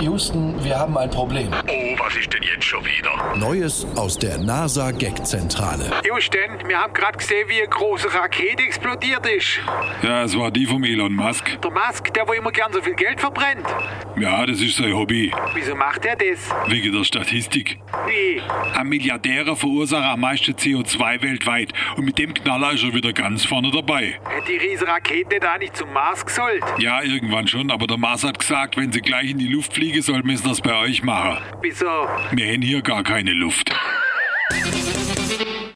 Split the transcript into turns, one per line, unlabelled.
Houston, wir haben ein Problem.
Oh, was ist denn jetzt schon wieder?
Neues aus der NASA Gag Zentrale.
Houston, wir haben gerade gesehen, wie eine große Rakete explodiert ist.
Ja, es war die vom Elon Musk.
Der Musk, der wo immer gern so viel Geld verbrennt.
Ja, das ist sein Hobby.
Wieso macht er das?
Wegen der Statistik.
Wie?
Ein Milliardärer verursacht am meisten CO2 weltweit. Und mit dem Knaller ist er wieder ganz vorne dabei.
Hätte die riesige Rakete nicht eigentlich zum Mars gesollt?
Ja, irgendwann schon, aber der Mars hat gesagt, wenn sie gleich in die Luft fliege, soll müssen das bei euch machen.
Wieso?
Wir haben hier gar keine Luft.